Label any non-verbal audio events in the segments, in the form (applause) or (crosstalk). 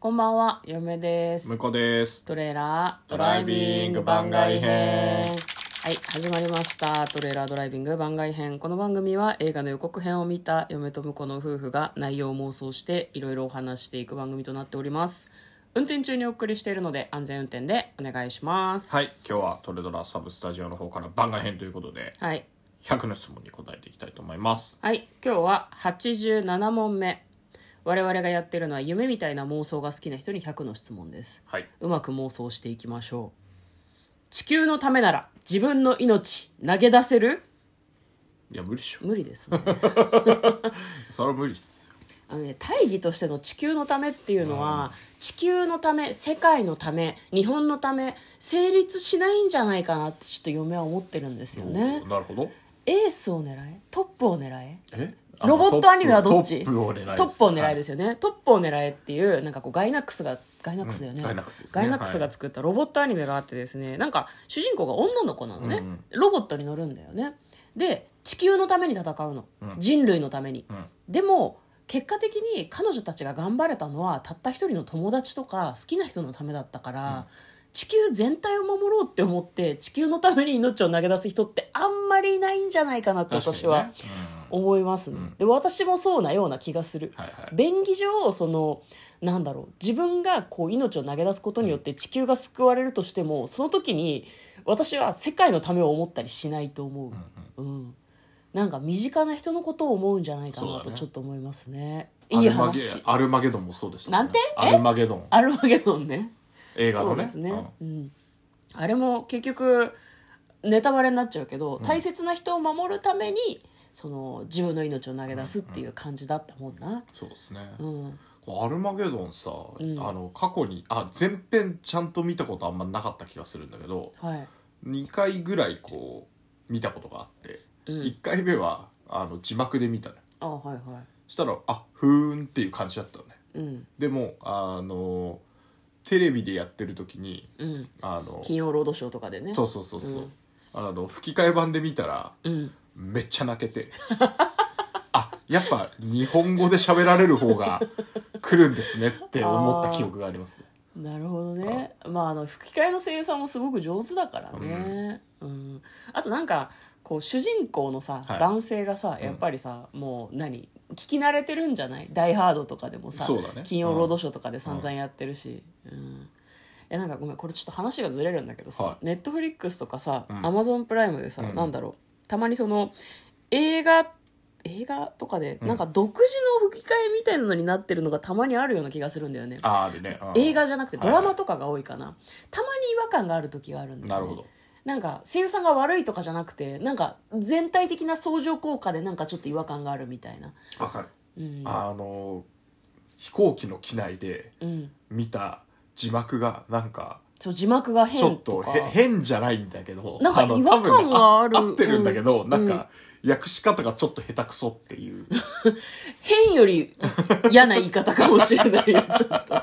こんばんは、嫁です向。こうですトレーラードドライビング番外編はい、始まりました。トレーラードライビング番外編。この番組は映画の予告編を見た嫁と婿の夫婦が内容を妄想していろいろお話していく番組となっております。運転中にお送りしているので安全運転でお願いします。はい今日はトレドラサブスタジオの方から番外編ということではい。 100の質問に答えていきたいと思いますはい、今日は87問目。我々がやってるのは夢みたいな妄想が好きな人に100の質問です。はい、うまく妄想していきましょう地球のためなら自分の命投げ出せるいや無理っしょ無理です (laughs) ねそれは無理っすよあのね大義としての地球のためっていうのは、地球のため世界のため日本のため成立しないんじゃないかなってちょっと嫁は思ってるんですよねおーなるほどエースを狙えトップを狙ええロボットアニメはどっちトップを狙いです、トップを狙いですすよね、トップを狙えっていうなんかこうガイナックスがガイナックスだよね、うんガイナックスですねガイナックスが作ったロボットアニメがあってですね、なんか主人公が女の子なのね、うんうんロボットに乗るんだよねで地球のために戦うの、うん人類のために、はいでも結果的に彼女たちが頑張れたのはたった一人の友達とか好きな人のためだったから、うん地球全体を守ろうって思って地球のために命を投げ出す人ってあんまりいないんじゃないかなうとん、私は確かにねうん思いますね、うんで私もそうなような気がする、はいはい便宜上そのなんだろう自分がこう命を投げ出すことによって地球が救われるとしてもその時に私は世界のためを思ったりしないと思う、うんうんなんか身近な人のことを思うんじゃないかそうなだとねちょっと思いますねうんいいアルマゲ話アルマゲドンもそうでした、なんてえアルマゲドンアルマゲドンね映画のねそうですね、うんうんあれも結局ネタバレになっちゃうけど、大切な人を守るためにその自分の命を投げ出すっていう感じだったもんな、そうですね、うん、こうアルマゲドンさ、うんあの過去にあ前編ちゃんと見たことあんまなかった気がするんだけどはい、 2回ぐらいこう見たことがあって、うん1回目はあの字幕で見たのあはいはしたらあふーんっていう感じだったのねいうんでもあのテレビでやってる時にうんあの金曜ロードショーとかでねそうそうそうそう、うんあの吹き替え版で見たらうんめっちゃ泣け (laughs) てあやっぱ日本語で喋られる方が来るんですねって思った記憶がありますねなるほどねまああの吹き替えの声優さんもすごく上手だからね、うんあとなんかこう主人公のさ、はい男性がさやっぱりさ、もう何聞き慣れてるんじゃない「ダイ・ハード」とかでもさ、そうだね金曜ロードショーとかで散々やってるし、うんえなんかごめんこれちょっと話がずれるんだけどはさいネットフリックスとかさうんアマゾンプライムでさ、うんなんだろうたまにその映画映画とかでなんか独自の吹き替えみたいなのになってるのがたまにあるような気がするんだよね、ああるね、うん映画じゃなくてはいドはいラマとかが多いかな、たまに違和感がある時があるんだなよ、るね、ほどなんか声優さんが悪いとかじゃなくてなんか全体的な相乗効果でなんかちょっと違和感があるみたいなわかるうんあの飛行機の機内でうん見た字幕がなんかそう字幕がちょ変っととかへ変じゃないんだけどなんかあの違和感多分がある合ってるんだけど、うんなんか訳し方がちょっと下手くそっていう変より嫌な言い方かもしれ (laughs) ないよちょっと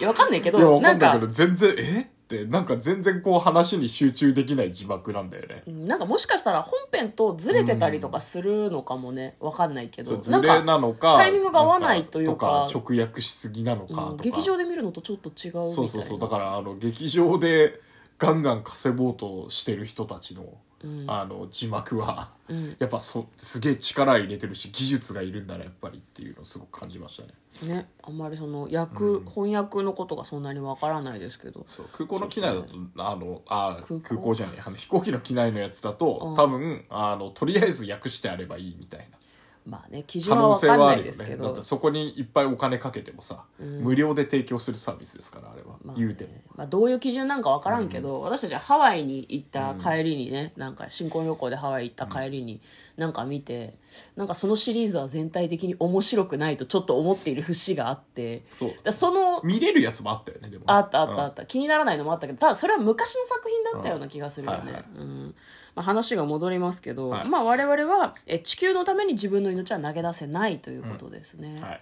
いやわかんないけいやどわかなんんないかけど全然えってなんか全然こう話に集中できない字幕なんだよねうんなんかもしかしたら本編とずれてたりとかするのかもねわかんないけそどうズレなのかタイミングが合わないというかなんと直訳しすぎなのかとか、うん劇場で見るのとちょっと違うみたいなそうそうそうだからあの劇場でガンガン稼ぼうとしてる人たちの、うんあの字幕はうんやっぱそすげえ力入れてるし技術がいるんだねやっぱりっていうのをすごく感じましたねね、あんまりその訳、うん翻訳のことがそんなにわからないですけどそう空港の機内だと、あのあ空空港港じゃねえあの飛 (laughs) 行機の機内のやつだと、うん多分あのとりあえず訳してあればいいみたいなまあね基準可は能わ性かんはなあいるでよすねけだっどてそこにいっぱいお金かけてもさ、うん無料で提供するサービスですからあれは、まあね言うてもまあ、どういう基準なんかわからんけど、私たちはハワイに行った帰りにね、なんか新婚旅行でハワイ行った帰りになんか見て、なんかそのシリーズは全体的に面白くないとちょっと思っている節があってそうだその見れるやつもあったよねでもねあったあったあうんった、気にならないのもあったけどただそれは昔の作品だったような気がするようんはいはねいうんまあ話が戻りますけど、はいまあ我々はえ地球のために自分の命は投げ出せないということですね、はい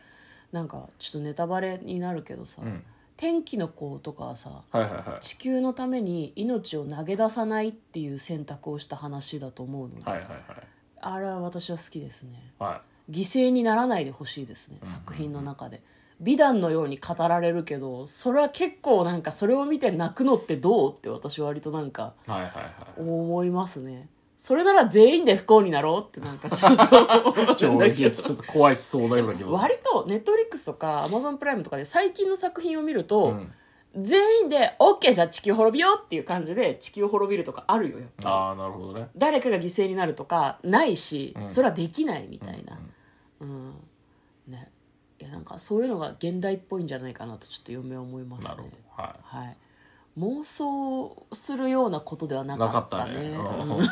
なんかちょっとネタバレになるけどさ、うん天気の子とかはさはいはいはい地球のために命を投げ出さないっていう選択をした話だと思うので、はいはいはいあれは私は好きですねは犠牲にならないでほしいですね、作品の中で美談のように語られるけどそれは結構なんかそれを見て泣くのってどうって私は割となんかはいはいはい思いますねそれなら全員で不幸になろうってなんかちょっと (laughs) 思ちょうんだ俺けどちょっと怖いそうなような気がする割とネットフリックスとかアマゾンプライムとかで最近の作品を見るうと、ん全員で「OK じゃあ地球滅びよう」っていう感じで地球滅びるとかあるよやっぱああなるほどねり誰かが犠牲になるとかないし、うんそれはできないみたいなうんうん、ねいやなんかそういうのが現代っぽいんじゃないかなとちょっと嫁は思いますねなるほどははい妄想するようなことではないなかかっったたねねうんうんもう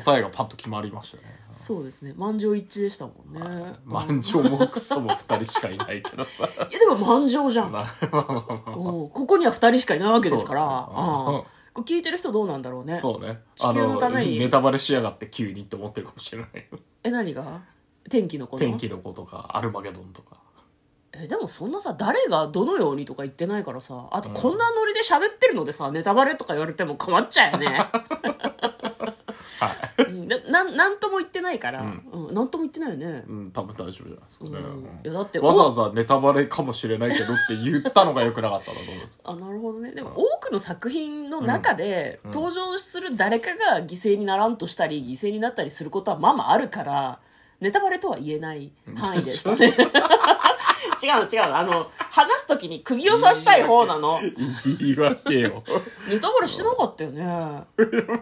答えがパッと決まりましたねそうですね満場一致でしたもんね、うん満場もクソも2人しかいないけ (laughs) どさいやでも満場じゃまあんまあまあうんここには2人しかいないわけですから、そうだねうんうんこれ聞いてる人どうなんだろうねそうね地球のためにあネタバレしやがって急にって思ってるかもしれないえ何が天気のこと天気の子とかアルマゲドンとかえでもそんなさ誰がどのようにとか言ってないからさあとうんこんなノリで喋ってるのでさ、ネタバレとか言われても困っちゃ (laughs) うよねうんななんなんとも言ってないから、ううんんなんとも言ってないよね、うん多分大丈夫じゃないですかうねんうんいやだってわざわざネタバレかもしれないけどって言ったのが良くなかったなと思うんですあなるほどねでもうん多くの作品の中で、うん登場する誰かが犠牲にならんとしたり犠牲になったりすることはまあまああるからネタバレとは言えない範 (laughs) 囲でしたね違うの違うのあの話す時に釘を刺したい方なの言い訳 (laughs) よネタバレしてなかったよね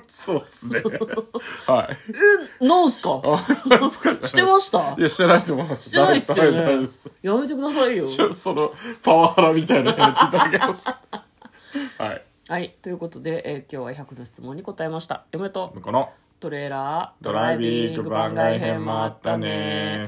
そうっすねはいなんすかあそう (laughs) ですかねしてましたいやしてないと思いますしてないっすよね大丈夫ですやめてくださいよちょそのパワハラみたいなのやめていただけますかはいはいということで、えー今日は100の質問に答えました嫁とこのトレーラードドライビング番外編もあったね